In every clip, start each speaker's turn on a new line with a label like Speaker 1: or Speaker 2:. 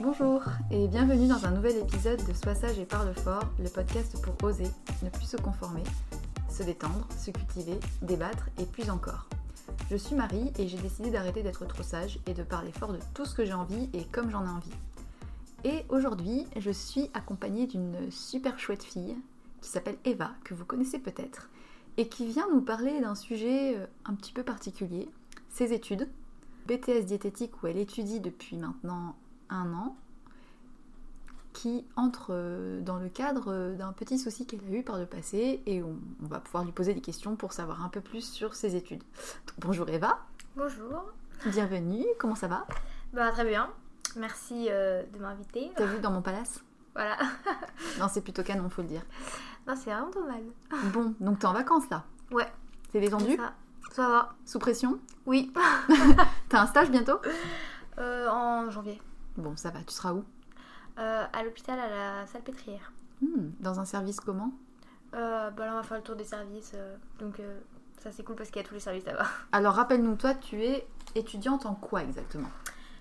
Speaker 1: Bonjour et bienvenue dans un nouvel épisode de Sois sage et parle fort, le podcast pour oser, ne plus se conformer, se détendre, se cultiver, débattre et plus encore. Je suis Marie et j'ai décidé d'arrêter d'être trop sage et de parler fort de tout ce que j'ai envie et comme j'en ai envie. Et aujourd'hui, je suis accompagnée d'une super chouette fille qui s'appelle Eva, que vous connaissez peut-être, et qui vient nous parler d'un sujet euh, un petit peu particulier, ses études. BTS diététique où elle étudie depuis maintenant un an, qui entre euh, dans le cadre d'un petit souci qu'elle a eu par le passé et on, on va pouvoir lui poser des questions pour savoir un peu plus sur ses études. Donc, bonjour Eva,
Speaker 2: Bonjour,
Speaker 1: bienvenue, comment ça va
Speaker 2: bah très bien, merci euh, de m'inviter.
Speaker 1: T'as vu dans mon palace
Speaker 2: Voilà,
Speaker 1: Non, c'est plutôt canon, faut le dire.
Speaker 2: non c'est vraiment pas mal.
Speaker 1: Bon, donc t'es en vacances là
Speaker 2: Ouais.
Speaker 1: T'es détendu
Speaker 2: Ça, ça va,
Speaker 1: Sous pression
Speaker 2: oui,
Speaker 1: T'as un stage bientôt
Speaker 2: Euh, en janvier,
Speaker 1: Bon, ça va, tu seras où
Speaker 2: Euh, à l'hôpital à la salpêtrière.
Speaker 1: Hmm, Dans un service comment
Speaker 2: Euh, bah là on va faire le tour des services, euh, donc euh, ça c'est cool parce qu'il y a tous les services là-bas.
Speaker 1: Alors rappelle-nous, toi tu es étudiante en quoi exactement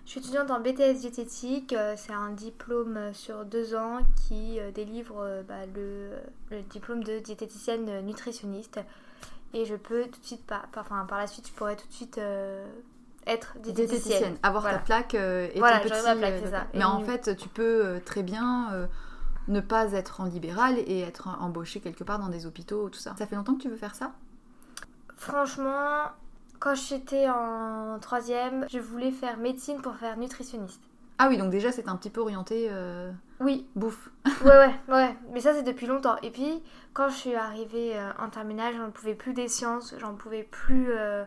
Speaker 2: Je suis étudiante en BTS diététique, euh, c'est un diplôme sur deux ans qui euh, délivre euh, bah, le, le diplôme de diététicienne nutritionniste. Et je peux tout de suite, par, par- enfin, par la suite, je pourrais tout de suite euh, être diététicienne.
Speaker 1: avoir
Speaker 2: Voilà.
Speaker 1: ta plaque euh, et
Speaker 2: Voilà,
Speaker 1: ton
Speaker 2: j'aurai
Speaker 1: petit.
Speaker 2: ma plaque,
Speaker 1: euh,
Speaker 2: c'est ça.
Speaker 1: Mais
Speaker 2: Et
Speaker 1: en
Speaker 2: une-
Speaker 1: fait, tu peux euh, très bien euh, ne pas être en libéral et être embauché quelque part dans des hôpitaux, tout ça. Ça fait longtemps que tu veux faire ça
Speaker 2: Franchement, quand j'étais en troisième, je voulais faire médecine pour faire nutritionniste.
Speaker 1: Ah oui, donc déjà c'est un petit peu orienté euh,
Speaker 2: Oui,
Speaker 1: bouffe.
Speaker 2: ouais, ouais, ouais. Mais ça, c'est depuis longtemps. Et puis, quand je suis arrivée euh, en terminale, j'en pouvais plus des sciences, j'en pouvais plus. euh,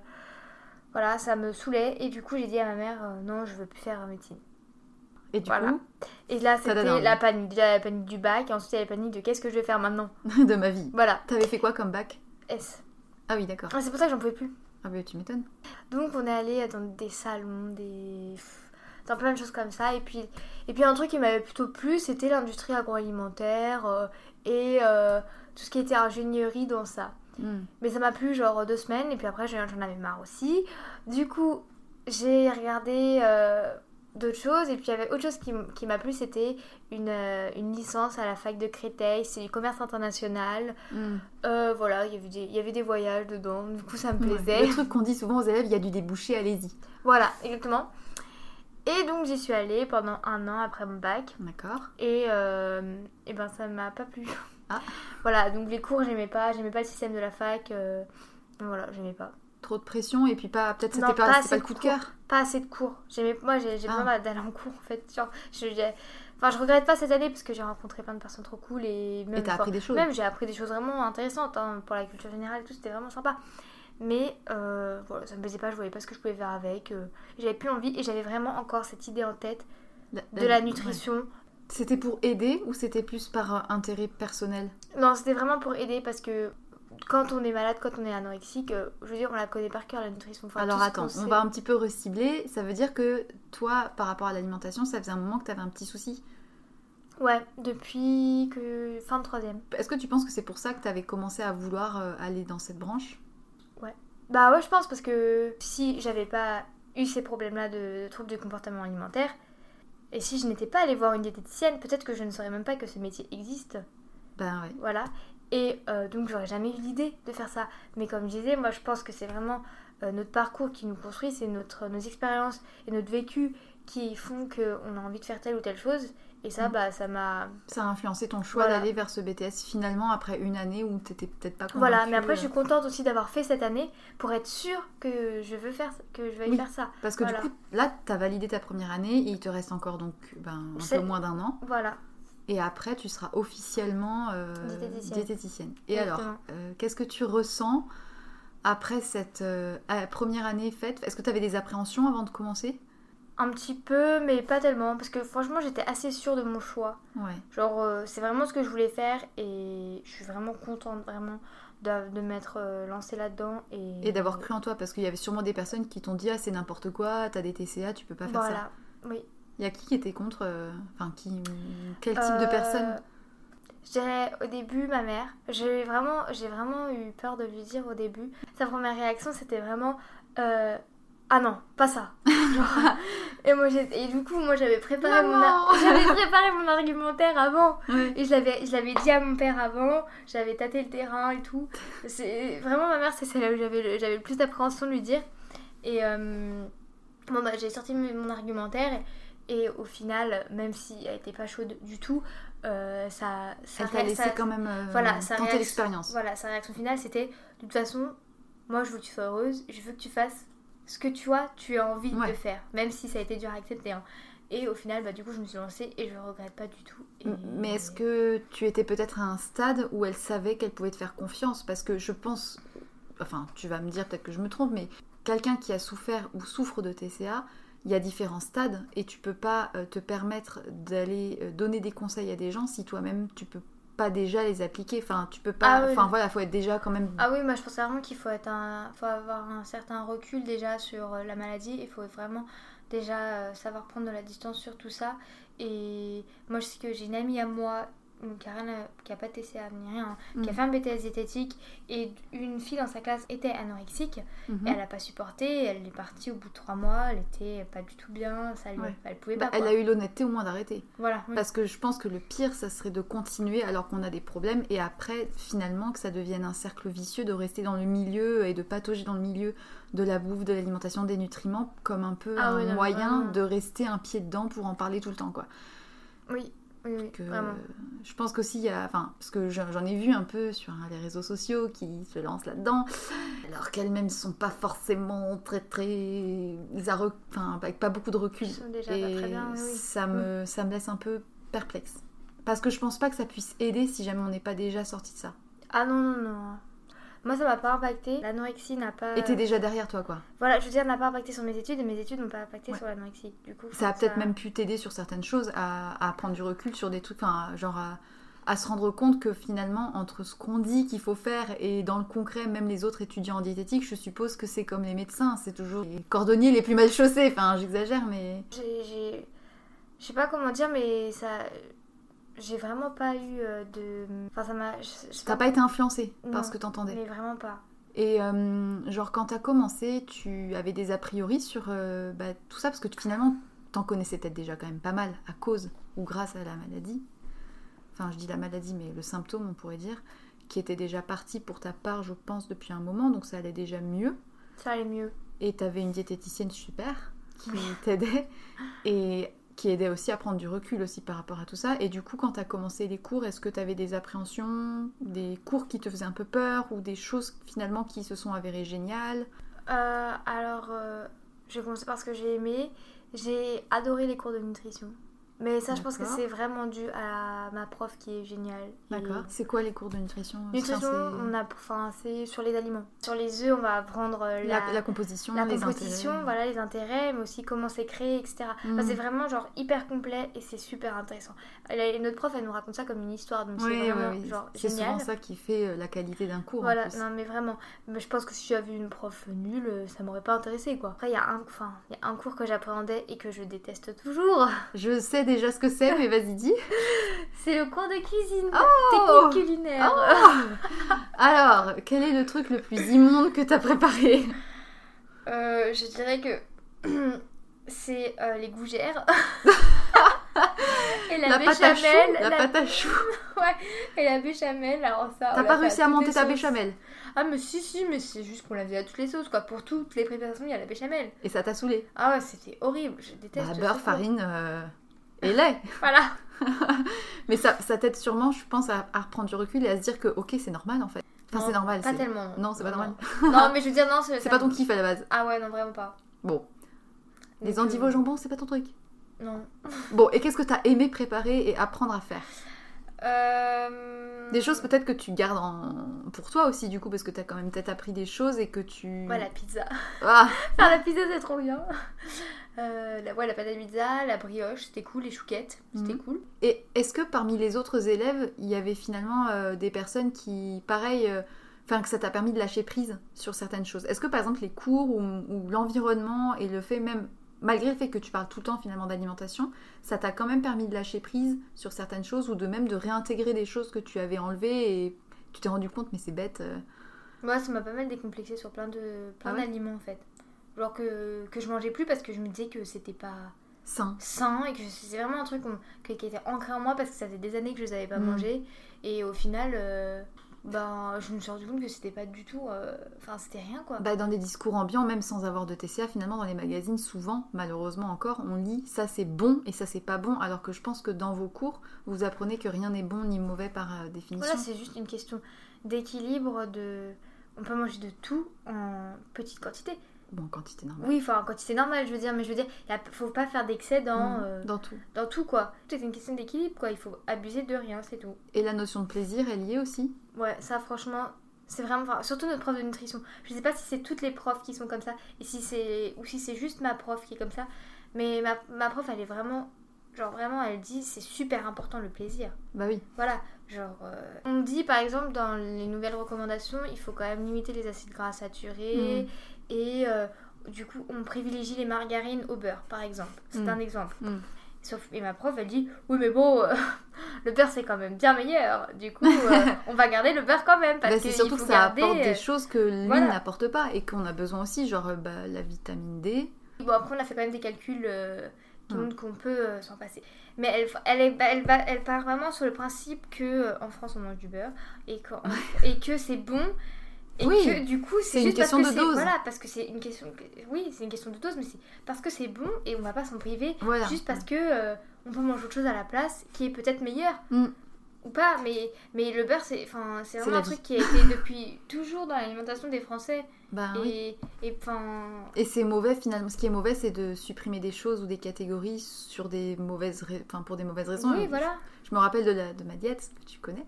Speaker 2: Voilà, ça me saoulait. Et du coup, j'ai dit à ma mère, euh, non, je veux plus faire médecine.
Speaker 1: Et du
Speaker 2: Voilà. Et là,
Speaker 1: donne
Speaker 2: c'était
Speaker 1: envie.
Speaker 2: la panique. Déjà, la panique du bac, et ensuite, il y a la panique de qu'est-ce que je vais faire maintenant.
Speaker 1: coup, de ma vie.
Speaker 2: Voilà,
Speaker 1: T'avais fait quoi comme bac
Speaker 2: S.
Speaker 1: Ah oui, d'accord.
Speaker 2: Ah, C'est pour ça que j'en pouvais plus.
Speaker 1: Ah oui, tu m'étonnes.
Speaker 2: Donc on est allé dans des salons, des... dans plein de choses comme ça. Et puis, et puis un truc qui m'avait plutôt plu, c'était l'industrie agroalimentaire euh, et euh, tout ce qui était ingénierie dans ça.
Speaker 1: Hmm.
Speaker 2: Mais ça m'a plu genre deux semaines et puis après j'en j'en avais marre aussi. Du coup j'ai regardé euh, d'autres choses et puis il y avait autre chose qui, m- qui m'a plu, c'était une, euh, une licence à la fac de Créteil, c'est du commerce international.
Speaker 1: Hmm.
Speaker 2: Euh, voilà, il y, avait des, il y avait des voyages dedans, du coup ça me plaisait.
Speaker 1: Ouais. Le truc qu'on dit souvent aux élèves, il y a du débouché, allez-y.
Speaker 2: Voilà, exactement. Et donc j'y suis allée pendant un an après mon bac.
Speaker 1: D'accord.
Speaker 2: Et, euh, et ben ça m'a pas plu.
Speaker 1: Ah.
Speaker 2: Voilà, donc les cours j'aimais pas, j'aimais pas le système de la fac. euh, voilà, j'aimais pas.
Speaker 1: Trop de pression et puis pas. Peut-être
Speaker 2: Non,
Speaker 1: c'était pas,
Speaker 2: pas
Speaker 1: c'était pas
Speaker 2: assez
Speaker 1: le coup de
Speaker 2: de
Speaker 1: cœur.
Speaker 2: Pas assez de cours. J'aimais, moi j'ai j'ai
Speaker 1: Ah.
Speaker 2: besoin d'aller en cours en fait. Genre, je, j'ai- enfin, je regrette pas cette année parce que j'ai rencontré plein de personnes trop cool et même.
Speaker 1: Et t'as
Speaker 2: enfin,
Speaker 1: appris des choses.
Speaker 2: Même j'ai appris des choses vraiment intéressantes hein, pour la culture générale et tout, c'était vraiment sympa. Mais euh, voilà, ça me plaisait pas, je voyais pas ce que je pouvais faire avec. euh, j'avais plus envie et j'avais vraiment encore cette idée en tête de la
Speaker 1: ouais.
Speaker 2: nutrition.
Speaker 1: C'était pour aider ou c'était plus par euh, intérêt personnel
Speaker 2: Non, c'était vraiment pour aider parce que quand on est malade, quand on est anorexique, euh, je veux dire, on la connaît par cœur la nutrition. Enfin,
Speaker 1: Alors
Speaker 2: tout ce qu'on
Speaker 1: attends, on
Speaker 2: sait.
Speaker 1: va un petit peu recibler. Ça veut dire que toi, par rapport à l'alimentation, ça faisait un moment que tu avais un petit souci.
Speaker 2: Ouais, depuis que. fin de troisième.
Speaker 1: Est-ce que tu penses que c'est pour ça que tu avais commencé à vouloir euh, aller dans cette branche
Speaker 2: Bah ouais, je pense parce que si j'avais pas eu ces problèmes-là de, de troubles de comportement alimentaire, et si je n'étais pas allée voir une diététicienne, peut-être que je ne saurais même pas que ce métier existe.
Speaker 1: Ben ouais.
Speaker 2: Voilà. Et euh, donc j'aurais jamais eu l'idée de faire ça. Mais comme je disais, moi je pense que c'est vraiment euh, notre parcours qui nous construit, c'est notre, nos expériences et notre vécu qui font qu'on a envie de faire telle ou telle chose. Et
Speaker 1: Mm.
Speaker 2: ça, bah, ça m'a.
Speaker 1: Ça a influencé ton choix
Speaker 2: Voilà.
Speaker 1: d'aller vers ce BTS finalement après une année où t'étais peut-être pas convaincue.
Speaker 2: Voilà, mais après,
Speaker 1: euh,
Speaker 2: je suis contente aussi d'avoir fait cette année pour être sûre que je veux faire, que je vais
Speaker 1: Oui.
Speaker 2: faire ça.
Speaker 1: Parce que
Speaker 2: voilà.
Speaker 1: du coup, là, t'as validé ta première année, il te reste encore donc ben, un
Speaker 2: C'est-
Speaker 1: peu moins d'un an.
Speaker 2: Voilà.
Speaker 1: Et après, tu seras officiellement euh,
Speaker 2: Diététicienne.
Speaker 1: diététicienne. Et
Speaker 2: Exactement.
Speaker 1: alors, euh, qu'est-ce que tu ressens après cette euh, ah, première année faite Est-ce que tu avais des appréhensions avant de commencer
Speaker 2: Un petit peu, mais pas tellement, parce que franchement, j'étais assez sûre de mon choix.
Speaker 1: Ouais.
Speaker 2: Genre, euh, c'est vraiment ce que je voulais faire et je suis vraiment contente, vraiment, de, de m'être euh, lancée là-dedans. Et,
Speaker 1: Et d'avoir cru en toi, parce qu'il y avait sûrement des personnes qui t'ont dit Ah, c'est n'importe quoi, t'as des TCA, tu peux pas faire ça.
Speaker 2: Voilà, oui.
Speaker 1: Il y a qui qui était contre euh, Enfin, qui. Quel type de
Speaker 2: Euh,
Speaker 1: personne
Speaker 2: Je dirais au début ma mère. J'ai vraiment, j'ai vraiment eu peur de lui dire au début. Sa première réaction c'était vraiment euh, ah non pas ça. Genre, et moi j'ai- et du coup moi j'avais préparé mon ar-
Speaker 1: Maman
Speaker 2: j'avais préparé mon argumentaire avant
Speaker 1: Ouais.
Speaker 2: et je l'avais je l'avais dit à mon père avant. J'avais tâté le terrain et tout. C'est vraiment ma mère c'est celle où j'avais le- j'avais le plus d'appréhension de lui dire et euh, bon, bah, j'ai sorti mes- mon argumentaire et, et au final, même si elle n'était pas chaude du tout, euh, ça, ça,
Speaker 1: Elle t'a
Speaker 2: ré-
Speaker 1: laissé
Speaker 2: ça-
Speaker 1: quand même euh,
Speaker 2: voilà, sa
Speaker 1: tenter
Speaker 2: réaction-
Speaker 1: l'expérience.
Speaker 2: Voilà, sa réaction finale, c'était de toute façon, moi je veux que tu sois heureuse, je veux que tu fasses ce que tu vois, tu as envie
Speaker 1: Ouais.
Speaker 2: de faire, même si ça a été dur à accepter. hein. Et au final, bah, du coup, je me suis lancée et je ne regrette pas du tout. Et-
Speaker 1: Mais est-ce que tu étais peut-être à un stade où elle savait qu'elle pouvait te faire confiance Parce que je pense, enfin, tu vas me dire peut-être que je me trompe, mais quelqu'un qui a souffert ou souffre de TCA, il y a différents stades et tu peux pas euh, te permettre d'aller euh, donner des conseils à des gens si toi-même tu peux pas déjà les appliquer. Enfin, tu peux pas.
Speaker 2: Ah oui.
Speaker 1: Enfin voilà, faut être déjà quand même.
Speaker 2: Ah oui, moi je pense vraiment qu'il faut, être un... faut avoir un certain recul déjà sur euh, la maladie. Il faut vraiment déjà euh, savoir prendre de la distance sur tout ça. Et moi je sais que j'ai une amie à moi euh, qui a, rien à- qui a pas de TCA ni rien, hein, qui a
Speaker 1: Mm.
Speaker 2: fait un BTS diététique et une fille dans sa classe était anorexique.
Speaker 1: Mhm.
Speaker 2: Et elle n'a pas supporté, elle est partie au bout de trois mois, elle était pas du tout bien, ça lui...
Speaker 1: Ouais.
Speaker 2: elle pouvait
Speaker 1: Bah,
Speaker 2: pas.
Speaker 1: elle
Speaker 2: quoi.
Speaker 1: a eu l'honnêteté au moins d'arrêter.
Speaker 2: Voilà. oui.
Speaker 1: Parce que je pense que le pire, ça serait de continuer alors qu'on a des problèmes et après, finalement, que ça devienne un cercle vicieux de rester dans le milieu et de patauger dans le milieu de la bouffe, de l'alimentation, des nutriments, comme un peu
Speaker 2: Ah
Speaker 1: un
Speaker 2: oui, non, mais
Speaker 1: moyen
Speaker 2: vraiment.
Speaker 1: de rester un pied dedans pour en parler tout le temps, quoi.
Speaker 2: Oui, oui, oui,
Speaker 1: Ah. Que,
Speaker 2: vraiment.
Speaker 1: je pense qu'aussi, il y a, enfin, parce que j'en j'en ai vu un peu sur hein, les réseaux sociaux qui se lancent là-dedans, alors qu'elles-mêmes ne sont pas forcément très, très, à rec- enfin, avec pas beaucoup de recul.
Speaker 2: Ils sont déjà pas très bien, oui, Mm. oui.
Speaker 1: ça me, ça me laisse un peu perplexe. Parce que je pense pas que ça puisse aider si jamais on n'est pas déjà sorti de ça.
Speaker 2: Ah non, non, non. Moi ça m'a pas impacté, l'anorexie n'a pas.
Speaker 1: Et t'es déjà derrière toi, quoi.
Speaker 2: Voilà, je veux dire, n'a pas impacté sur mes études et mes études n'ont pas impacté
Speaker 1: Ouais.
Speaker 2: sur l'anorexie. Du coup,
Speaker 1: Ça a
Speaker 2: enfin,
Speaker 1: peut-être même pu t'aider sur certaines choses, à, à prendre du recul sur des trucs, enfin, genre à, à se rendre compte que finalement, entre ce qu'on dit qu'il faut faire et dans le concret, même les autres étudiants en diététique, je suppose que c'est comme les médecins, c'est toujours les cordonniers les plus mal chaussés, enfin, j'exagère, mais...
Speaker 2: J'ai, j'ai- je sais pas comment dire, mais ça, j'ai vraiment pas eu euh, de, enfin ça m'a, je, je sais
Speaker 1: T'as pas été influencé par
Speaker 2: Non,
Speaker 1: ce que t'entendais.
Speaker 2: mais vraiment pas.
Speaker 1: Et euh, genre quand t'as commencé, tu avais des a priori sur euh, bah, tout ça parce que tu- finalement t'en connaissais peut-être déjà quand même pas mal à cause ou grâce à la maladie. Enfin je dis la maladie mais le symptôme on pourrait dire qui était déjà parti pour ta part je pense depuis un moment donc ça allait déjà mieux
Speaker 2: Ça allait mieux.
Speaker 1: et t'avais une diététicienne super qui t'aidait et qui aidait aussi à prendre du recul aussi par rapport à tout ça et du coup quand t'as commencé les cours est-ce que t'avais des appréhensions des cours qui te faisaient un peu peur ou des choses finalement qui se sont avérées géniales
Speaker 2: Euh, alors, euh, je vais commencer par ce que j'ai aimé. J'ai adoré les cours de nutrition, mais ça, je pense que
Speaker 1: D'accord.
Speaker 2: c'est vraiment dû à ma prof qui est géniale. Et-
Speaker 1: D'accord. C'est quoi les cours de nutrition euh,
Speaker 2: Nutrition,
Speaker 1: enfin, c'est-
Speaker 2: on a, enfin, c'est sur les aliments. Sur les œufs, on va apprendre euh,
Speaker 1: la, la composition,
Speaker 2: la
Speaker 1: Mmh, les
Speaker 2: composition,
Speaker 1: intérêts.
Speaker 2: voilà les intérêts, mais aussi comment c'est créé, etc. Enfin,
Speaker 1: Mhm.
Speaker 2: c'est vraiment genre hyper complet et c'est super intéressant. Elle- elle- notre prof, elle nous raconte ça comme une histoire, donc
Speaker 1: Ouais,
Speaker 2: c'est
Speaker 1: ouais,
Speaker 2: vraiment
Speaker 1: ouais.
Speaker 2: genre
Speaker 1: C'est
Speaker 2: génial.
Speaker 1: souvent ça qui fait euh, la qualité d'un cours. en
Speaker 2: Voilà,
Speaker 1: plus.
Speaker 2: non mais vraiment, Mais je pense que si j'avais une prof nulle, euh, ça m'aurait pas intéressé quoi. Après, il y, a un- enfin, il y a un cours que j'appréhendais et que je déteste toujours,
Speaker 1: Je sais déjà ce que c'est, mais vas-y dis.
Speaker 2: c'est le cours de cuisine,
Speaker 1: Oh
Speaker 2: technique culinaire.
Speaker 1: Alors, quel est le truc le plus immonde que t'as préparé Oh
Speaker 2: Euh, je dirais que c'est euh, les gougères. Et la,
Speaker 1: pâte à choux,
Speaker 2: béchamel,
Speaker 1: La,
Speaker 2: la-
Speaker 1: pâte à choux.
Speaker 2: Et la béchamel, alors
Speaker 1: T'as
Speaker 2: ça. on
Speaker 1: pas
Speaker 2: l'a
Speaker 1: réussi
Speaker 2: fait
Speaker 1: à
Speaker 2: toutes
Speaker 1: monter
Speaker 2: les
Speaker 1: ta
Speaker 2: sauces.
Speaker 1: béchamel.
Speaker 2: Ah, mais si, si, mais c'est juste qu'on la faisait à toutes les sauces, quoi. Pour toutes les préparations, il y a la béchamel.
Speaker 1: Et ça t'a saoulé.
Speaker 2: Ah ouais, c'était horrible, je déteste.
Speaker 1: Bah,
Speaker 2: ce
Speaker 1: beurre,
Speaker 2: cours.
Speaker 1: farine, euh, et l'est.
Speaker 2: Voilà.
Speaker 1: Mais ça, ça t'aide sûrement, je pense, à, à reprendre du recul et à se dire que, ok, c'est normal en fait. Enfin,
Speaker 2: Non,
Speaker 1: c'est normal.
Speaker 2: Pas
Speaker 1: Ah, c'est-
Speaker 2: tellement.
Speaker 1: Non, c'est pas normal.
Speaker 2: Non, mais je veux dire, non,
Speaker 1: C'est pas ton kiff à la base.
Speaker 2: Ah ouais, non, vraiment pas.
Speaker 1: Bon. Les
Speaker 2: Donc,
Speaker 1: endives
Speaker 2: euh,
Speaker 1: au jambon, c'est pas ton truc.
Speaker 2: Non.
Speaker 1: Bon, et qu'est-ce que t'as aimé préparer et apprendre à faire
Speaker 2: Euh,
Speaker 1: Des choses peut-être que tu gardes en- pour toi aussi, du coup, parce que t'as quand même peut-être appris des choses et que tu.
Speaker 2: Ouais, la pizza.
Speaker 1: Ah,
Speaker 2: Faire la pizza, c'est trop bien. Euh, la, ouais, la pâte à pizza, la brioche, c'était cool. Les chouquettes, c'était
Speaker 1: Mhm.
Speaker 2: cool.
Speaker 1: Et est-ce que parmi les autres élèves, il y avait finalement euh, des personnes qui, pareil, euh, enfin que ça t'a permis de lâcher prise sur certaines choses Est-ce que par exemple les cours ou, ou l'environnement et le fait même, malgré le fait que tu parles tout le temps finalement d'alimentation, ça t'a quand même permis de lâcher prise sur certaines choses ou de même de réintégrer des choses que tu avais enlevées et tu t'es rendu compte mais c'est bête. euh.
Speaker 2: Moi, ça m'a pas mal décomplexé sur plein de plein
Speaker 1: Ah ouais
Speaker 2: d'aliments en fait. Genre que, que je mangeais plus parce que je me disais que c'était pas
Speaker 1: Sain.
Speaker 2: sain et que je- c'est vraiment un truc qu'on- que- qui était ancré en moi parce que ça faisait des années que je les avais pas
Speaker 1: Mhm.
Speaker 2: mangés. Et au final, euh, ben, je me suis rendu compte que c'était pas du tout. euh, Enfin, c'était rien quoi.
Speaker 1: Bah, dans des discours ambiants, même sans avoir de TCA, finalement, dans les magazines, souvent, malheureusement encore, on lit ça c'est bon et ça c'est pas bon, alors que je pense que dans vos cours, vous apprenez que rien n'est bon ni mauvais par euh, définition.
Speaker 2: Voilà, c'est juste une question d'équilibre. de On peut manger de tout en petite quantité.
Speaker 1: bon, en quantité normale.
Speaker 2: Oui, enfin, en quantité normale, je veux dire, mais je veux dire, il faut pas faire d'excès dans,
Speaker 1: Mm,
Speaker 2: euh,
Speaker 1: Dans tout.
Speaker 2: dans tout, quoi. Tout est une question d'équilibre, quoi. Il faut abuser de rien, c'est tout.
Speaker 1: Et la notion de plaisir est liée aussi.
Speaker 2: Ouais, ça, franchement, c'est vraiment. enfin, surtout notre prof de nutrition. Je sais pas si c'est toutes les profs qui sont comme ça, et si c'est ou si c'est juste ma prof qui est comme ça, mais ma, ma prof, elle est vraiment. Genre, vraiment, elle dit, c'est super important le plaisir.
Speaker 1: Bah oui.
Speaker 2: Voilà, genre. euh, On dit par exemple dans les nouvelles recommandations, il faut quand même limiter les acides gras saturés
Speaker 1: Mm.
Speaker 2: et euh, du coup on privilégie les margarines au beurre par exemple. C'est
Speaker 1: Mm.
Speaker 2: un exemple.
Speaker 1: Mm.
Speaker 2: Sauf, et ma prof elle dit Oui, mais bon, euh, le beurre c'est quand même bien meilleur. Du coup, euh, on va garder le beurre quand même parce
Speaker 1: Bah,
Speaker 2: que
Speaker 1: c'est
Speaker 2: il
Speaker 1: surtout que
Speaker 2: faut
Speaker 1: ça
Speaker 2: garder.
Speaker 1: apporte
Speaker 2: euh,
Speaker 1: des choses que lui
Speaker 2: voilà.
Speaker 1: n'apporte pas et qu'on a besoin aussi, genre euh, bah, la vitamine D.
Speaker 2: Bon, après, on a fait quand même des calculs euh, qui
Speaker 1: Mm.
Speaker 2: montrent qu'on peut euh, s'en passer. Mais elle, elle, est- elle, va- elle part vraiment sur le principe que euh, en France, on mange du beurre et, qu'en- et que c'est bon. Et
Speaker 1: Oui,
Speaker 2: que du coup,
Speaker 1: c'est
Speaker 2: c'est
Speaker 1: une
Speaker 2: juste parce
Speaker 1: question
Speaker 2: que
Speaker 1: de
Speaker 2: c'est-
Speaker 1: dose.
Speaker 2: Voilà, parce que c'est une question. que- Oui, c'est une question de dose, mais c'est parce que c'est bon et on va pas s'en priver.
Speaker 1: Voilà.
Speaker 2: Juste parce que euh, on peut manger autre chose à la place qui est peut-être meilleure.
Speaker 1: Mm.
Speaker 2: Ou pas, mais, mais le beurre, c'est enfin, c'est
Speaker 1: la
Speaker 2: vraiment un
Speaker 1: vie.
Speaker 2: truc qui a été depuis toujours dans l'alimentation des Français.
Speaker 1: Bah oui.
Speaker 2: et et enfin,
Speaker 1: Et c'est mauvais finalement. Ce qui est mauvais, c'est de supprimer des choses ou des catégories sur des mauvaises, ra- enfin pour des mauvaises raisons.
Speaker 2: oui,
Speaker 1: Et
Speaker 2: voilà.
Speaker 1: Je me rappelle de, la- de ma diète que tu connais,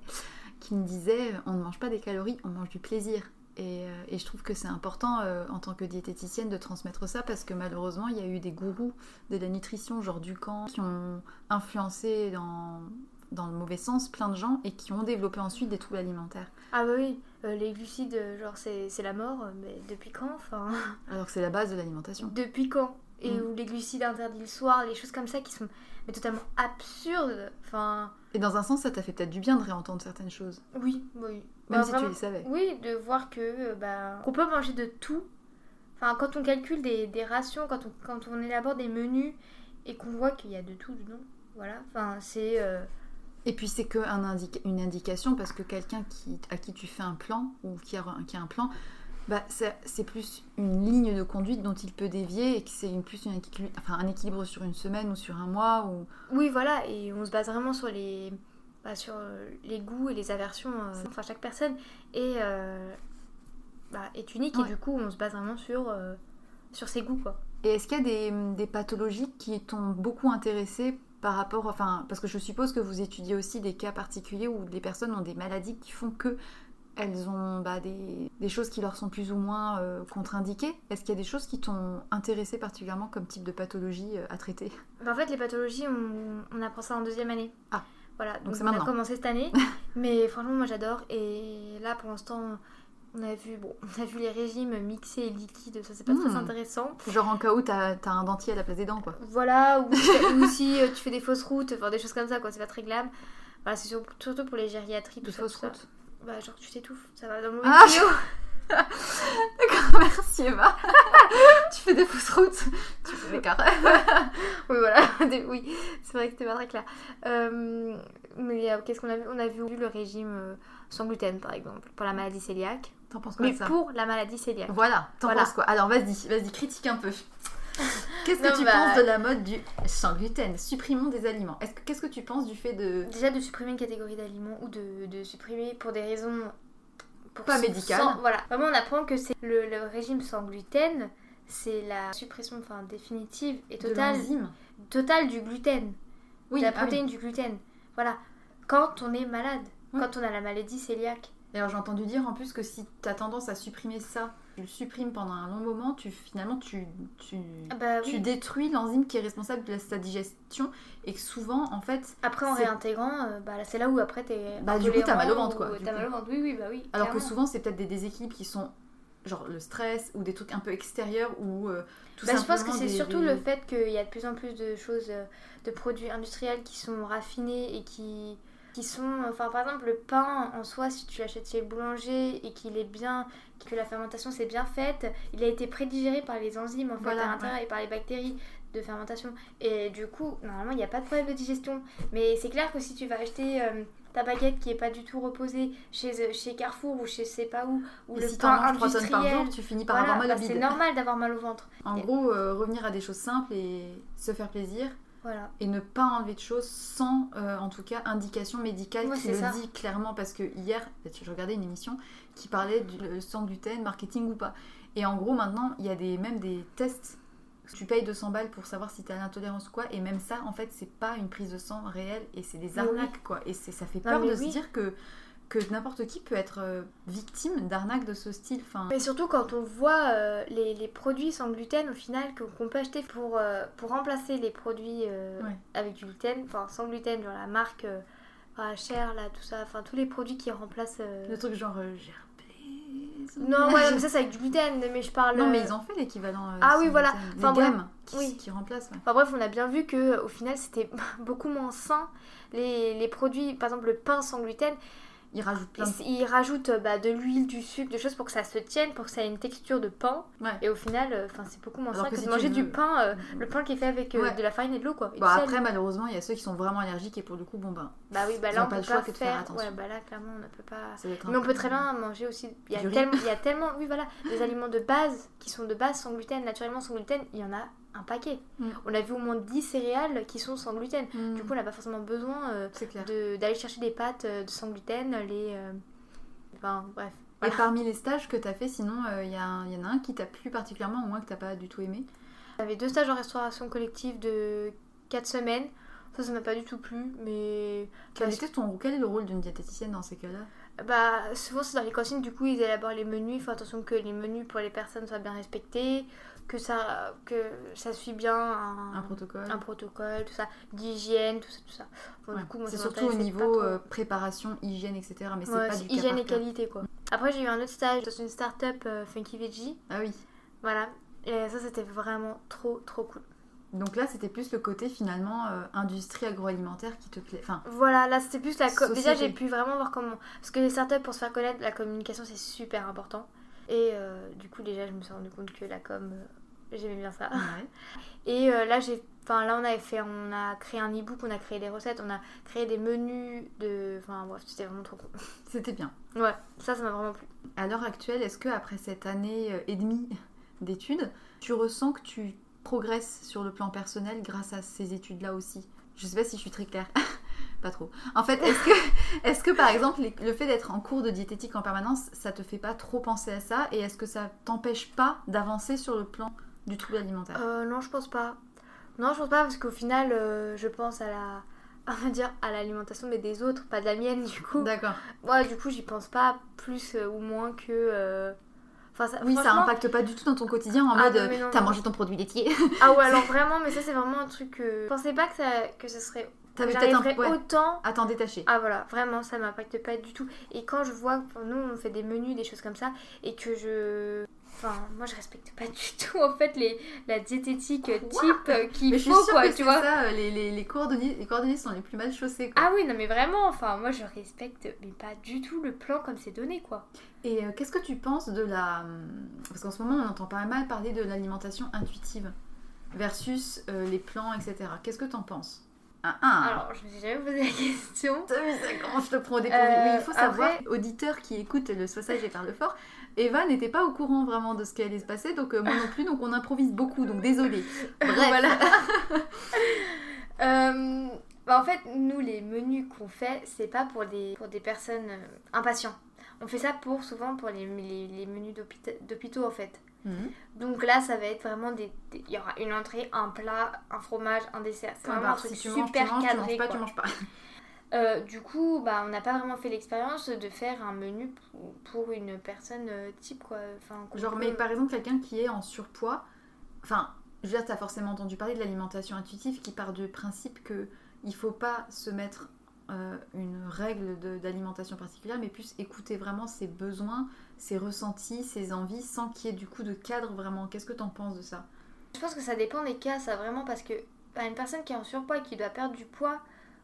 Speaker 1: qui me disait euh, on ne mange pas des calories, on mange du plaisir. Et, euh, et je trouve que c'est important euh, en tant que diététicienne de transmettre ça parce que malheureusement il y a eu des gourous de la nutrition, genre Ducamp, qui ont influencé dans, dans le mauvais sens plein de gens et qui ont développé ensuite des troubles alimentaires.
Speaker 2: Ah bah oui, euh, les glucides, euh, genre c'est c'est la mort, euh, mais depuis quand Enfin,
Speaker 1: Alors que c'est la base de l'alimentation.
Speaker 2: depuis quand Et
Speaker 1: Mm.
Speaker 2: où les glucides interdits le soir, les choses comme ça qui sont mais totalement absurdes. Enfin,
Speaker 1: Et dans un sens, ça t'a fait peut-être du bien de réentendre certaines choses,
Speaker 2: oui, oui.
Speaker 1: même
Speaker 2: Bah,
Speaker 1: si
Speaker 2: vraiment-
Speaker 1: tu les savais.
Speaker 2: Oui, de voir que euh, bah, qu'on peut manger de tout. Enfin, quand on calcule des, des rations, quand on, quand on élabore des menus et qu'on voit qu'il y a de tout dedans, voilà. Enfin, c'est euh,
Speaker 1: Et puis c'est qu'une une indication parce que quelqu'un qui, à qui tu fais un plan ou qui a, qui a un plan, bah, ça- c'est plus une ligne de conduite dont il peut dévier et que c'est une, plus une, équil- enfin, un équilibre sur une semaine ou sur un mois. Ou...
Speaker 2: Oui, voilà, et on se base vraiment sur les, bah, sur euh, les goûts et les aversions. euh, enfin, chaque personne est, euh, bah, est unique
Speaker 1: Ouais.
Speaker 2: et du coup, on se base vraiment sur, euh, sur ses goûts, quoi.
Speaker 1: Et est-ce qu'il y a des, des pathologies qui t'ont beaucoup intéressé par rapport, enfin, parce que je suppose que vous étudiez aussi des cas particuliers où les personnes ont des maladies qui font que elles ont bah, des, des choses qui leur sont plus ou moins euh, contre-indiquées. Est-ce qu'il y a des choses qui t'ont intéressé particulièrement comme type de pathologie euh, à traiter
Speaker 2: Bah, en fait, les pathologies, on, on apprend ça en deuxième année.
Speaker 1: Ah.
Speaker 2: Voilà, donc,
Speaker 1: c'est
Speaker 2: on a
Speaker 1: maintenant.
Speaker 2: commencé cette année, mais franchement, moi j'adore. Et là, pour l'instant, on a vu, bon, on a vu les régimes mixés et liquides, ça c'est pas
Speaker 1: Hmm.
Speaker 2: très intéressant.
Speaker 1: Genre en cas où t'as t'as un dentier à la place des dents, quoi.
Speaker 2: Voilà, ou, ou si euh, tu fais des fausses routes, enfin des choses comme ça, quoi, c'est pas très glam. Voilà, c'est sur- surtout pour les gériatries,
Speaker 1: De
Speaker 2: tout ça,
Speaker 1: fausses
Speaker 2: tout ça.
Speaker 1: routes.
Speaker 2: Bah genre tu t'étouffes, ça va dans mon
Speaker 1: Ah,
Speaker 2: tuyau.
Speaker 1: Merci Eva. tu fais des fausses routes. Tu fais des carrés.
Speaker 2: Oui voilà, Des- oui, c'est vrai que c'était pas très clair. Euh, mais euh, qu'est-ce qu'on a vu On a vu le régime euh, sans gluten par exemple, pour la maladie cœliaque.
Speaker 1: T'en penses quoi
Speaker 2: Mais
Speaker 1: de ça
Speaker 2: pour la maladie cœliaque.
Speaker 1: Voilà, t'en
Speaker 2: Voilà.
Speaker 1: penses quoi Alors vas-y, vas-y, critique un peu. Qu'est-ce que
Speaker 2: Non,
Speaker 1: tu
Speaker 2: bah-
Speaker 1: penses de la mode du sans gluten Supprimons des aliments. Est-ce que- Qu'est-ce que tu penses du fait de
Speaker 2: Déjà de supprimer une catégorie d'aliments ou de, de supprimer pour des raisons pour
Speaker 1: Pas médicales.
Speaker 2: sans- Voilà. Vraiment, on apprend que c'est le, le régime sans gluten, c'est la suppression enfin définitive et
Speaker 1: de
Speaker 2: totale,
Speaker 1: l'enzyme
Speaker 2: totale du gluten,
Speaker 1: Oui,
Speaker 2: de la
Speaker 1: ah oui.
Speaker 2: protéine du gluten. Voilà. Quand on est malade,
Speaker 1: Ouais.
Speaker 2: quand on a la maladie cœliaque.
Speaker 1: D'ailleurs, j'ai entendu dire en plus que si tu as tendance à supprimer ça, tu le supprimes pendant un long moment, tu finalement tu tu,
Speaker 2: Ah bah
Speaker 1: tu
Speaker 2: oui.
Speaker 1: détruis l'enzyme qui est responsable de la- sa digestion et que souvent en fait
Speaker 2: Après en
Speaker 1: c'est-
Speaker 2: réintégrant, euh, bah, là, c'est là où après t'es
Speaker 1: Bah, du coup, t'as
Speaker 2: intolérant
Speaker 1: mal au ventre,
Speaker 2: ou
Speaker 1: quoi, du
Speaker 2: T'as
Speaker 1: coup.
Speaker 2: mal au ventre. Oui oui bah oui.
Speaker 1: alors que
Speaker 2: clairement.
Speaker 1: souvent c'est peut-être des déséquilibres qui sont genre le stress ou des trucs un peu extérieurs ou euh, tout
Speaker 2: Bah, je pense que
Speaker 1: simplement
Speaker 2: c'est
Speaker 1: des-
Speaker 2: surtout
Speaker 1: des-
Speaker 2: le fait qu'il y a de plus en plus de choses, euh, de produits industriels qui sont raffinés et qui, qui sont. Enfin, par exemple, le pain en soi, si tu l'achètes chez le boulanger et qu'il est bien. que la fermentation s'est bien faite, il a été prédigéré par les enzymes en fait,
Speaker 1: Voilà,
Speaker 2: à l'intérieur et par les bactéries de fermentation. Et du coup, normalement, il n'y a pas de problème de digestion. Mais c'est clair que si tu vas acheter. euh, ta baguette qui est pas du tout reposée chez, euh, chez Carrefour ou chez je sais pas où, ou
Speaker 1: Et
Speaker 2: le
Speaker 1: si t'en
Speaker 2: pain
Speaker 1: manges 3 tonnes par
Speaker 2: industriel,
Speaker 1: jour, tu finis par
Speaker 2: voilà,
Speaker 1: avoir mal au
Speaker 2: bah,
Speaker 1: bide.
Speaker 2: c'est normal d'avoir mal au ventre.
Speaker 1: En gros, euh, revenir à des choses simples et se faire plaisir
Speaker 2: Voilà.
Speaker 1: et ne pas enlever de choses sans, euh, en tout cas, indication médicale
Speaker 2: Ouais,
Speaker 1: qui
Speaker 2: c'est
Speaker 1: le
Speaker 2: ça.
Speaker 1: dit clairement. Parce que hier, bah, je regardais une émission qui parlait du le sans gluten, marketing ou pas. Et en gros, maintenant, il y a des, même des tests. Tu payes 200 balles pour savoir si t'as une intolérance ou quoi. Et même ça, en fait, c'est pas une prise de sang réelle et c'est des
Speaker 2: Mais Ah oui.
Speaker 1: arnaques, quoi. Et c'est- ça fait
Speaker 2: Non,
Speaker 1: peur
Speaker 2: mais
Speaker 1: de
Speaker 2: oui.
Speaker 1: se dire que, que n'importe qui peut être euh, victime d'arnaques de ce style. Enfin,
Speaker 2: Mais surtout quand on voit euh, les, les produits sans gluten au final que- qu'on peut acheter pour, euh, pour remplacer les produits euh,
Speaker 1: Ouais.
Speaker 2: avec du gluten, enfin sans gluten, genre la marque euh, enfin, Cher, là, tout ça, enfin tous les produits qui remplacent. euh,
Speaker 1: le truc genre euh, gerblé,
Speaker 2: Non, ouais, mais ça c'est avec du gluten, mais je parle.
Speaker 1: Non, mais
Speaker 2: euh,
Speaker 1: ils ont fait l'équivalent. euh,
Speaker 2: Ah
Speaker 1: sans
Speaker 2: oui, voilà.
Speaker 1: gluten.
Speaker 2: Enfin,
Speaker 1: les
Speaker 2: bref.
Speaker 1: gammes qui,
Speaker 2: Oui.
Speaker 1: qui remplacent. ouais.
Speaker 2: Enfin bref, on a bien vu que euh, au final c'était beaucoup moins sain. Les, les produits, par exemple le pain sans gluten,
Speaker 1: Ils rajoutent plein de...
Speaker 2: ils, ils rajoutent euh, bah, de l'huile, du sucre, des choses pour que ça se tienne, pour que ça ait une texture de pain.
Speaker 1: Ouais.
Speaker 2: Et au final, euh, enfin c'est beaucoup moins
Speaker 1: Alors
Speaker 2: sain
Speaker 1: que
Speaker 2: que,
Speaker 1: si
Speaker 2: de
Speaker 1: tu
Speaker 2: manger du
Speaker 1: veux-
Speaker 2: pain, euh, le pain qui est fait avec euh,
Speaker 1: Ouais.
Speaker 2: de la farine et de l'eau quoi. Et
Speaker 1: Bon,
Speaker 2: du sel.
Speaker 1: Bah, après, malheureusement, il y a ceux qui sont vraiment allergiques et pour le coup, bon, ben,
Speaker 2: Bah oui, bah
Speaker 1: Ils
Speaker 2: là
Speaker 1: ont
Speaker 2: on
Speaker 1: pas
Speaker 2: peut
Speaker 1: le choix
Speaker 2: pas
Speaker 1: que de faire
Speaker 2: faire.
Speaker 1: attention.
Speaker 2: Ouais, bah là clairement on ne peut pas.
Speaker 1: ça doit être un
Speaker 2: Mais on
Speaker 1: peu-
Speaker 2: peut très bien manger aussi. Il y a,
Speaker 1: Du riz.
Speaker 2: tellement, il y a tellement, oui voilà, des aliments de base qui sont de base sans gluten, naturellement sans gluten, il y en a un paquet.
Speaker 1: Mm.
Speaker 2: On a vu au moins 10 céréales qui sont sans gluten.
Speaker 1: Mm.
Speaker 2: Du coup, on n'a pas forcément besoin euh,
Speaker 1: c'est clair.
Speaker 2: de- d'aller chercher des pâtes euh, de sans gluten, les. euh, Enfin bref.
Speaker 1: Et parmi les stages que t'as fait, sinon, euh, il y, a un- il y en a un qui t'a plu particulièrement ou un que t'as pas du tout aimé.
Speaker 2: J'avais deux stages en restauration collective de 4 semaines. Ça, ça m'a pas du tout plu, mais.
Speaker 1: Quel,
Speaker 2: parce
Speaker 1: était ton... Quel est le rôle d'une diététicienne dans ces cas-là
Speaker 2: Bah, souvent c'est dans les cantines, du coup ils élaborent les menus. Il faut attention que les menus pour les personnes soient bien respectés, que ça, que ça suit bien un,
Speaker 1: Un protocole
Speaker 2: un protocole, tout ça, d'hygiène, tout ça, tout ça. Bon,
Speaker 1: Ouais.
Speaker 2: du coup, moi,
Speaker 1: C'est
Speaker 2: ça
Speaker 1: surtout au
Speaker 2: m'intéressait pas
Speaker 1: niveau
Speaker 2: trop.
Speaker 1: euh, préparation, hygiène, etc. Mais c'est
Speaker 2: Ouais,
Speaker 1: pas
Speaker 2: c'est
Speaker 1: du cas
Speaker 2: hygiène
Speaker 1: par
Speaker 2: et
Speaker 1: cas.
Speaker 2: qualité quoi. Après, j'ai eu un autre stage dans une start-up euh, Funky Veggie,
Speaker 1: Ah oui.
Speaker 2: voilà, et ça c'était vraiment trop trop cool.
Speaker 1: Donc là, c'était plus le côté finalement euh, industrie agroalimentaire qui te plaît. Enfin,
Speaker 2: Voilà, là c'était plus la. co-
Speaker 1: Société.
Speaker 2: Déjà, j'ai pu vraiment voir comment. Parce que les startups, pour se faire connaître, la communication c'est super important. Et euh, du coup, déjà, je me suis rendu compte que la com, euh, j'aimais bien ça.
Speaker 1: ouais.
Speaker 2: Et euh, là, j'ai. Enfin, là, on avait fait, on a créé un e-book, on a créé des recettes, on a créé des menus de. Enfin, bref, c'était vraiment trop cool.
Speaker 1: c'était bien.
Speaker 2: Ouais, ça, ça m'a vraiment plu.
Speaker 1: À l'heure actuelle, est-ce que après cette année euh, et demie d'études, tu ressens que tu progresses sur le plan personnel grâce à ces études-là aussi Je sais pas si je suis très claire. pas trop. En fait, est-ce que, est-ce que par exemple les- le fait d'être en cours de diététique en permanence, ça te fait pas trop penser à ça Et est-ce que ça t'empêche pas d'avancer sur le plan du trouble alimentaire
Speaker 2: Euh, non, je pense pas. Non, je pense pas parce qu'au final, euh, je pense à la. On va dire à l'alimentation, mais des autres, pas de la mienne du coup.
Speaker 1: D'accord.
Speaker 2: Ouais, du coup, j'y pense pas plus euh, ou moins que. euh, Enfin, ça,
Speaker 1: Oui, ça
Speaker 2: franchement-
Speaker 1: impacte pas du tout dans ton quotidien en
Speaker 2: Ah
Speaker 1: mode euh,
Speaker 2: non, mais non,
Speaker 1: t'as
Speaker 2: non.
Speaker 1: mangé ton produit laitier.
Speaker 2: Ah ouais, alors vraiment, mais ça, c'est vraiment un truc que. Je pensais pas que ça, que ça serait.
Speaker 1: T'avais peut-être un
Speaker 2: J'arriverais
Speaker 1: ouais,
Speaker 2: autant.
Speaker 1: à t'en détacher.
Speaker 2: Ah voilà, vraiment, ça m'impacte pas du tout. Et quand je vois, enfin, nous, on fait des menus, des choses comme ça, et que je. Enfin, moi, je respecte pas du tout, en fait, les, la diététique euh,
Speaker 1: Quoi
Speaker 2: type euh, qu'il
Speaker 1: Mais je suis
Speaker 2: faut,
Speaker 1: sûre
Speaker 2: quoi,
Speaker 1: que
Speaker 2: tu
Speaker 1: c'est
Speaker 2: vois.
Speaker 1: ça, euh, les, les, les, coordonnées- les coordonnées sont les plus mal chaussées. Quoi.
Speaker 2: Ah oui, non, mais vraiment, enfin, moi, je respecte, mais pas du tout le plan comme c'est donné, quoi.
Speaker 1: Et euh, qu'est-ce que tu penses de la... hum, Parce qu'en ce moment, on entend pas mal parler de l'alimentation intuitive versus euh, les plans, etc. Qu'est-ce que t'en penses Ah, ah.
Speaker 2: Alors, je me suis jamais posé la question.
Speaker 1: T'as vu ça, comment je te prends au dépourvu
Speaker 2: Euh,
Speaker 1: Oui, il faut savoir,
Speaker 2: après-
Speaker 1: auditeurs qui écoutent le Sois sage et parle fort, Eva n'était pas au courant vraiment de ce qui allait se passer, donc euh, moi non plus, donc on improvise beaucoup, donc désolée. Bref.
Speaker 2: Voilà. Euh, bah, en fait, nous, les menus qu'on fait, c'est pas pour des, pour des personnes euh, impatientes. On fait ça pour souvent pour les, les, les menus d'hôpita- d'hôpitaux en fait.
Speaker 1: Mhm.
Speaker 2: Donc là, ça va être vraiment des. des- Il y aura une entrée, un plat, un fromage, un dessert. C'est
Speaker 1: Point
Speaker 2: vraiment un
Speaker 1: barre.
Speaker 2: truc
Speaker 1: si tu manges, tu
Speaker 2: super
Speaker 1: manges, tu
Speaker 2: cadré.
Speaker 1: manges pas,
Speaker 2: quoi.
Speaker 1: tu manges pas.
Speaker 2: Euh, du coup, bah, on n'a pas vraiment fait l'expérience de faire un menu p- pour une personne euh, type quoi. Enfin, qu'on
Speaker 1: Genre,
Speaker 2: peut-
Speaker 1: mais par exemple, quelqu'un qui est en surpoids, enfin, je veux dire, t'as forcément entendu parler de l'alimentation intuitive qui part du principe que il faut pas se mettre euh, une règle de- d'alimentation particulière, mais plus écouter vraiment ses besoins, ses ressentis, ses envies, sans qu'il y ait du coup de cadre vraiment. Qu'est-ce que t'en penses de ça
Speaker 2: Je pense que ça dépend des cas, ça vraiment, parce que bah, une personne qui est en surpoids et qui doit perdre du poids,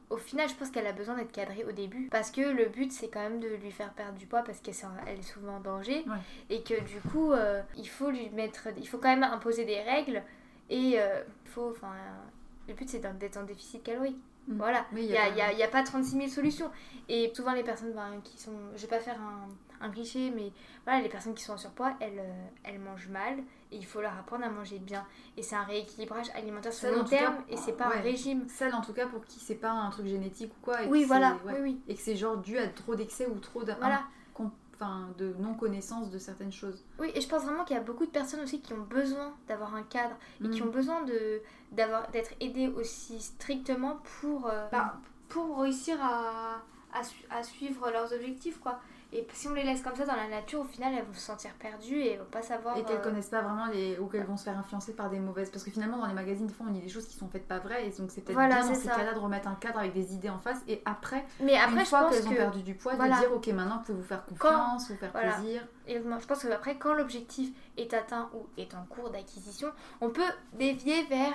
Speaker 2: au final, je pense qu'elle a besoin d'être cadrée au début. Parce que le but, c'est quand même de lui faire perdre du poids parce qu'elle s'en- elle est souvent en danger.
Speaker 1: Ouais.
Speaker 2: Et que du coup, euh, il faut lui mettre. Il faut quand même imposer des règles. Et euh, il faut. Enfin. euh, le but, c'est d'en- d'être en déficit calorique.
Speaker 1: Mm.
Speaker 2: Voilà.
Speaker 1: Oui,
Speaker 2: Il n'y a, il y a- il y a pas 36 000 solutions. Et souvent, les personnes ben, qui sont. Je vais pas faire un, un cliché, mais voilà, les personnes qui sont en surpoids, elles, euh, elles mangent mal et il faut leur apprendre à manger bien. Et c'est un rééquilibrage alimentaire sur
Speaker 1: Ça,
Speaker 2: le long
Speaker 1: en tout cas,
Speaker 2: terme et c'est pas
Speaker 1: ouais.
Speaker 2: un régime.
Speaker 1: Celle en tout cas pour qui c'est pas un truc génétique ou quoi. et que
Speaker 2: Oui,
Speaker 1: c'est-
Speaker 2: voilà,
Speaker 1: ouais.
Speaker 2: oui, oui.
Speaker 1: Et que c'est genre dû à trop d'excès ou trop d'un-
Speaker 2: Voilà.
Speaker 1: com- enfin, de non-connaissance de certaines choses.
Speaker 2: Oui, et je pense vraiment qu'il y a beaucoup de personnes aussi qui ont besoin d'avoir un cadre et qui
Speaker 1: Mm.
Speaker 2: ont besoin de d'avoir d'être aidées aussi strictement pour, euh, bah, pour réussir à, à, su- à suivre leurs objectifs, quoi. Et si on les laisse comme ça dans la nature, au final, elles vont se sentir perdues et elles vont pas savoir...
Speaker 1: Et qu'elles
Speaker 2: euh,
Speaker 1: connaissent pas vraiment les. ou qu'elles vont se faire influencer par des mauvaises. Parce que finalement, dans les magazines, des fois, on lit des choses qui sont faites pas vraies. Et donc, c'est peut-être
Speaker 2: Voilà,
Speaker 1: bien dans
Speaker 2: c'est
Speaker 1: ces
Speaker 2: ça.
Speaker 1: cas-là de remettre un cadre avec des idées en face. Et après,
Speaker 2: Mais après,
Speaker 1: une
Speaker 2: je
Speaker 1: fois
Speaker 2: pense
Speaker 1: qu'elles ont
Speaker 2: que...
Speaker 1: perdu du poids,
Speaker 2: voilà.
Speaker 1: de dire ok, maintenant, vous pouvez vous faire confiance, vous faire
Speaker 2: voilà.
Speaker 1: plaisir.
Speaker 2: Et moi, je pense que après, quand l'objectif est atteint ou est en cours d'acquisition, on peut dévier vers,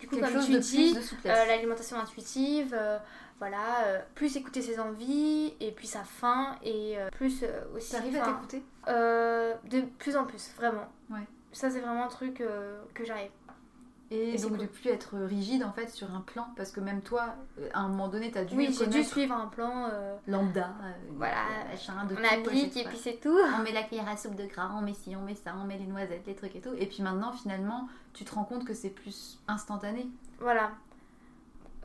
Speaker 2: du coup,
Speaker 1: Quelque
Speaker 2: comme
Speaker 1: chose
Speaker 2: tu
Speaker 1: de
Speaker 2: dis,
Speaker 1: plus de souplesse.
Speaker 2: euh, l'alimentation intuitive, euh, voilà, euh, plus écouter ses envies et puis sa faim et euh, plus euh, aussi.
Speaker 1: T'arrives à
Speaker 2: enfin,
Speaker 1: t'écouter
Speaker 2: euh, De plus en plus, vraiment.
Speaker 1: Ouais.
Speaker 2: Ça, c'est vraiment un truc euh, que j'arrive.
Speaker 1: Et,
Speaker 2: et c'est
Speaker 1: donc, de
Speaker 2: cool.
Speaker 1: plus être rigide en fait sur un plan. Parce que même toi, euh, à un moment donné, t'as dû
Speaker 2: Oui, j'ai dû
Speaker 1: connaître
Speaker 2: suivre un plan. euh,
Speaker 1: lambda. euh,
Speaker 2: Voilà.
Speaker 1: machin, de
Speaker 2: on
Speaker 1: tout, à
Speaker 2: applique
Speaker 1: chaque
Speaker 2: et
Speaker 1: fois.
Speaker 2: puis c'est tout.
Speaker 1: on met la cuillère à soupe de gras, on met ci, on met ça, on met les noisettes, les trucs et tout. Et puis maintenant, finalement, tu te rends compte que c'est plus instantané.
Speaker 2: Voilà.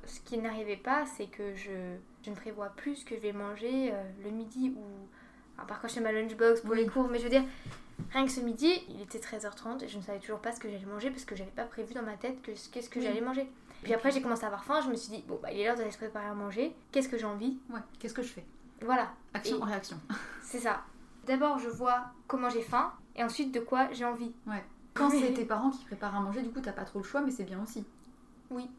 Speaker 2: Ce qui n'arrivait pas, c'est que je, je ne prévois plus ce que je vais manger euh, le midi ou. Alors, par contre, je fais ma lunchbox pour
Speaker 1: Oui.
Speaker 2: les cours, mais je veux dire, rien que ce midi, il était 13h30 et je ne savais toujours pas ce que j'allais manger parce que j'avais pas prévu dans ma tête que ce- qu'est-ce que
Speaker 1: Oui.
Speaker 2: j'allais manger. Puis après, j'ai commencé à avoir faim, je me suis dit, bon, bah, il est l'heure d'aller se préparer à manger, qu'est-ce que j'ai envie
Speaker 1: Ouais, qu'est-ce que je fais
Speaker 2: Voilà,
Speaker 1: Action,
Speaker 2: Et-
Speaker 1: réaction.
Speaker 2: c'est ça. D'abord, je vois comment j'ai faim et ensuite de quoi j'ai envie.
Speaker 1: Quand
Speaker 2: Oui.
Speaker 1: c'est tes parents qui préparent à manger, du coup, t'as pas trop le choix, mais c'est bien aussi.
Speaker 2: Oui.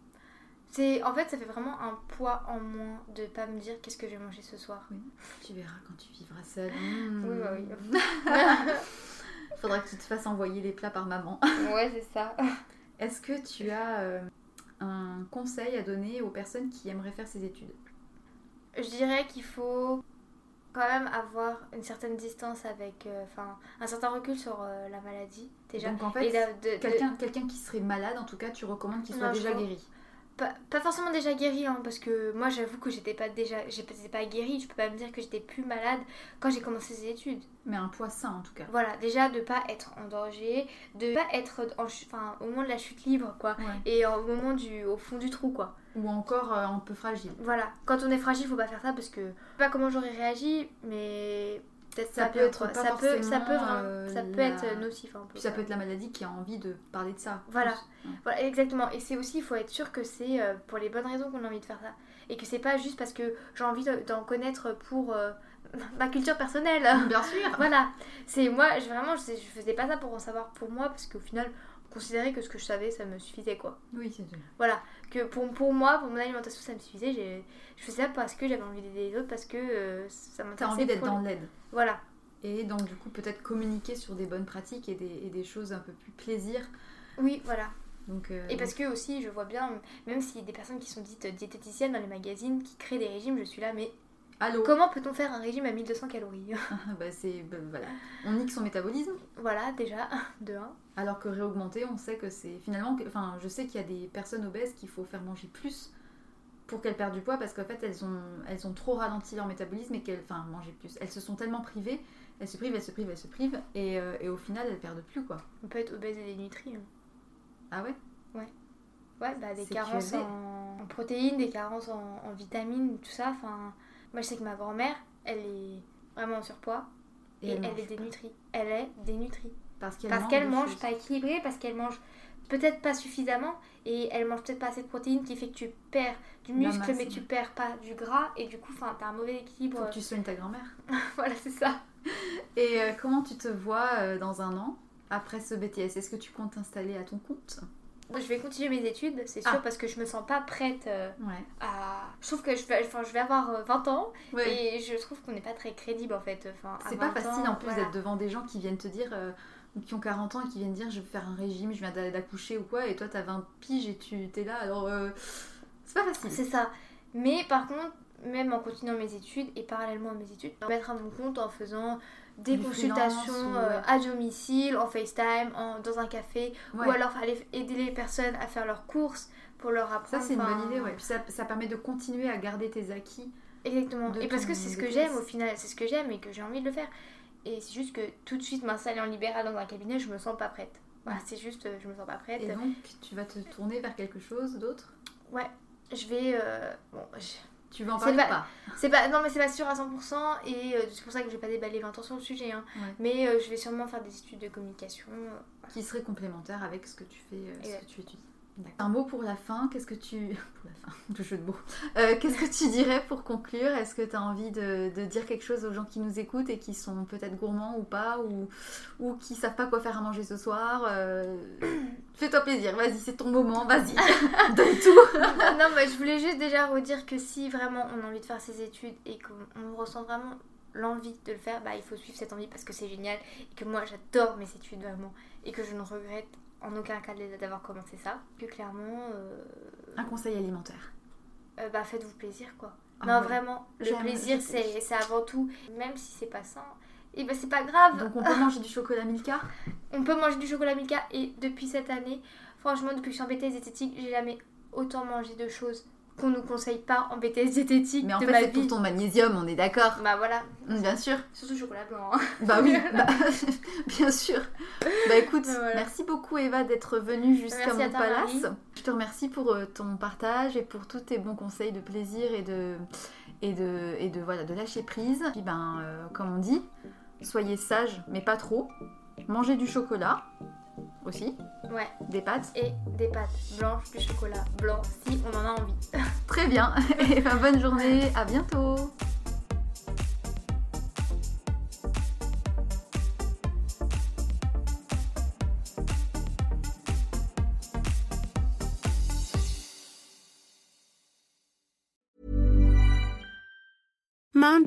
Speaker 2: C'est, en fait, ça fait vraiment un poids en moins de pas me dire qu'est-ce que je vais manger ce soir.
Speaker 1: Tu verras quand tu vivras seule. Mmh.
Speaker 2: Oui, bah oui.
Speaker 1: Faudra que tu te fasses envoyer les plats par maman.
Speaker 2: Ouais, c'est ça.
Speaker 1: Est-ce que tu as euh, un conseil à donner aux personnes qui aimeraient faire ces études
Speaker 2: Je dirais qu'il faut quand même avoir une certaine distance avec. euh, Enfin, un certain recul sur euh, la maladie, déjà.
Speaker 1: Donc en fait,
Speaker 2: Et d'a- de- de-
Speaker 1: quelqu'un quelqu'un qui serait malade, en tout cas, tu recommandes qu'il soit
Speaker 2: Non, je
Speaker 1: déjà
Speaker 2: crois-
Speaker 1: guéri.
Speaker 2: pas, pas forcément déjà guérie, hein, parce que moi j'avoue que j'étais pas déjà. J'étais pas guérie, je peux pas me dire que j'étais plus malade quand j'ai commencé ces études.
Speaker 1: Mais un poids sain, en tout cas.
Speaker 2: Voilà, déjà de pas être en danger, de pas être en chu- enfin, au moment de la chute libre, quoi.
Speaker 1: Ouais.
Speaker 2: Et au moment du. au fond du trou, quoi.
Speaker 1: Ou encore euh, un peu fragile.
Speaker 2: Voilà, quand on est fragile, faut pas faire ça parce que je sais pas comment j'aurais réagi, mais peut-être
Speaker 1: Ça
Speaker 2: ça,
Speaker 1: peut être
Speaker 2: quoi.
Speaker 1: pas
Speaker 2: ça peut ça peut
Speaker 1: forcément,
Speaker 2: vraiment
Speaker 1: euh,
Speaker 2: ça peut
Speaker 1: la-
Speaker 2: être nocif un peu.
Speaker 1: Puis ça
Speaker 2: quoi.
Speaker 1: peut être la maladie qui a envie de parler de ça.
Speaker 2: Voilà.
Speaker 1: plus. Ouais.
Speaker 2: Voilà, exactement. Et c'est aussi, il faut être sûr que c'est euh, pour les bonnes raisons qu'on a envie de faire ça. Et que c'est pas juste parce que j'ai envie de- d'en connaître pour euh, ma culture personnelle.
Speaker 1: Bien sûr.
Speaker 2: voilà. C'est moi, je, vraiment, je, sais- je faisais pas ça pour en savoir pour moi parce qu'au final, considérer que ce que je savais, ça me suffisait quoi.
Speaker 1: Oui, c'est
Speaker 2: Voilà. Que pour, pour moi, pour mon alimentation, ça me suffisait. J'ai- Je faisais ça parce que j'avais envie d'aider les autres, parce que euh, ça m'intéressait.
Speaker 1: T'as envie d'être
Speaker 2: pour
Speaker 1: dans
Speaker 2: les-
Speaker 1: l'aide.
Speaker 2: Voilà.
Speaker 1: Et donc, du coup, peut-être communiquer sur des bonnes pratiques et des, et des choses un peu plus plaisir.
Speaker 2: Oui, voilà.
Speaker 1: Donc, euh,
Speaker 2: Et parce que aussi, je vois bien, même s'il y a des personnes qui sont dites diététiciennes dans les magazines, qui créent des régimes, je suis là, mais
Speaker 1: allô
Speaker 2: comment peut-on faire un régime à 1200 calories
Speaker 1: bah, c'est, bah, voilà. On nique son métabolisme.
Speaker 2: Voilà, déjà, de 1.
Speaker 1: Alors que réaugmenter, on sait que c'est finalement. que- Enfin, je sais qu'il y a des personnes obèses qu'il faut faire manger plus pour qu'elles perdent du poids parce qu'en fait, elles ont, elles ont trop ralenti leur métabolisme et qu'elles. Enfin, manger plus. Elles se sont tellement privées Elle se prive, elle se prive, elle se prive, et, euh, et au final, elle perd de plus, quoi.
Speaker 2: On peut être obèse et dénutri. hein.
Speaker 1: Ah ouais
Speaker 2: Ouais, bah des
Speaker 1: C'est
Speaker 2: carences
Speaker 1: culotté.
Speaker 2: en, en protéines, des carences en, en vitamines, tout ça. Enfin, moi je sais que ma grand-mère, elle est vraiment en surpoids et, elle,
Speaker 1: mange
Speaker 2: est dénutrie. Elle est dénutrie.
Speaker 1: Parce qu'elle
Speaker 2: parce
Speaker 1: mange,
Speaker 2: qu'elle
Speaker 1: des
Speaker 2: mange
Speaker 1: choses.
Speaker 2: pas équilibré, parce qu'elle mange peut-être pas suffisamment et elle mange peut-être pas assez de protéines qui fait que tu perds du
Speaker 1: La
Speaker 2: muscle,
Speaker 1: masse,
Speaker 2: mais tu
Speaker 1: ouais.
Speaker 2: perds pas du gras et du coup, enfin, t'as un mauvais équilibre.
Speaker 1: Faut que tu soignes ta grand-mère.
Speaker 2: voilà, c'est ça.
Speaker 1: Et euh, comment tu te vois euh, dans un an après ce BTS Est-ce que tu comptes t'installer à ton compte
Speaker 2: Moi, je vais continuer mes études, c'est sûr,
Speaker 1: Ah.
Speaker 2: parce que je me sens pas prête euh,
Speaker 1: Ouais.
Speaker 2: à. Je trouve que je vais, enfin, je vais avoir euh, 20 ans.
Speaker 1: Ouais.
Speaker 2: Et je trouve qu'on n'est pas très crédible en fait. Enfin, à
Speaker 1: C'est pas
Speaker 2: 20
Speaker 1: facile
Speaker 2: ans,
Speaker 1: en plus
Speaker 2: voilà.
Speaker 1: d'être devant des gens qui viennent te dire, euh, ou qui ont 40 ans et qui viennent dire je vais faire un régime, je viens d'a- d'accoucher ou quoi, et toi t'as 20 piges et tu t'es là, alors euh, c'est pas facile.
Speaker 2: C'est ça. Mais par contre, même en continuant mes études et parallèlement à mes études, me mettre à mon compte en faisant des
Speaker 1: Du
Speaker 2: consultations
Speaker 1: freelance ou,
Speaker 2: euh,
Speaker 1: ouais.
Speaker 2: à domicile, en FaceTime, en- dans un café,
Speaker 1: Ouais.
Speaker 2: ou alors aller aider les personnes à faire leurs courses pour leur
Speaker 1: Ça
Speaker 2: apprendre.
Speaker 1: c'est une
Speaker 2: enfin,
Speaker 1: bonne idée, ouais. Puis ça, ça permet de continuer à garder tes acquis.
Speaker 2: Exactement.
Speaker 1: de
Speaker 2: Et parce
Speaker 1: ton
Speaker 2: que c'est ce que
Speaker 1: BTS.
Speaker 2: j'aime au final, c'est ce que j'aime et que j'ai envie de le faire. Et c'est juste que tout de suite m'installer en libéral dans un cabinet, je me sens pas prête. Voilà, c'est juste, euh, je me sens pas prête.
Speaker 1: Mm. Et donc tu vas te tourner vers quelque chose d'autre
Speaker 2: Je vais. euh, Bon, je-
Speaker 1: Tu veux en
Speaker 2: C'est
Speaker 1: parler ou
Speaker 2: pas-
Speaker 1: pas
Speaker 2: C'est pas, non mais c'est pas sûr à 100% et euh, c'est pour ça que je vais pas déballer 20 ans sur le sujet. hein.
Speaker 1: Ouais.
Speaker 2: Mais euh, je vais sûrement faire des études de communication.
Speaker 1: Qui serait complémentaire avec ce que tu fais, euh, ce
Speaker 2: Exact.
Speaker 1: que tu étudies. Un mot pour la fin, qu'est-ce que tu. Pour la fin, le jeu de mots. Euh, qu'est-ce que tu dirais pour conclure Est-ce que tu as envie de, de dire quelque chose aux gens qui nous écoutent et qui sont peut-être gourmands ou pas, ou, ou qui savent pas quoi faire à manger ce soir euh, Fais-toi plaisir, vas-y, c'est ton moment, vas-y, donne tout
Speaker 2: non mais je voulais juste déjà redire que si vraiment on a envie de faire ses études et qu'on on ressent vraiment l'envie de le faire, bah il faut suivre cette envie parce que c'est génial et que moi j'adore mes études vraiment et que je ne regrette en aucun cas de- d'avoir commencé ça. Plus clairement, euh,
Speaker 1: Un conseil alimentaire.
Speaker 2: euh, bah faites-vous plaisir quoi.
Speaker 1: Ah
Speaker 2: non
Speaker 1: ouais.
Speaker 2: vraiment, le
Speaker 1: J'aime,
Speaker 2: plaisir
Speaker 1: je sais.
Speaker 2: c'est c'est avant tout, même si c'est pas sain, et ben c'est pas grave.
Speaker 1: Donc on peut manger du chocolat Milka
Speaker 2: On peut manger du chocolat Milka et depuis cette année, franchement, depuis que je suis en BTS diététique, j'ai jamais autant mangé de choses qu'on nous conseille pas en BTS diététique
Speaker 1: Mais en
Speaker 2: de
Speaker 1: fait,
Speaker 2: ma
Speaker 1: c'est
Speaker 2: vie.
Speaker 1: pour ton magnésium, on est d'accord
Speaker 2: Bah voilà,
Speaker 1: Mm, Bien sûr.
Speaker 2: surtout chocolat blanc. hein.
Speaker 1: Bah oui, bah, bien sûr. Bah écoute,
Speaker 2: Bah voilà.
Speaker 1: merci beaucoup Eva d'être venue jusqu'à
Speaker 2: Merci à
Speaker 1: mon
Speaker 2: toi,
Speaker 1: palace.
Speaker 2: Marie.
Speaker 1: Je te remercie pour euh, ton partage et pour tous tes bons conseils de plaisir et de et de et de voilà de lâcher prise. Puis ben euh, comme on dit, soyez sages mais pas trop. Mangez du chocolat aussi,
Speaker 2: Ouais,
Speaker 1: des pâtes.
Speaker 2: et des pâtes blanches, du chocolat blanc si on en a envie.
Speaker 1: Très bien. Et ben bonne journée, à bientôt.
Speaker 3: Mom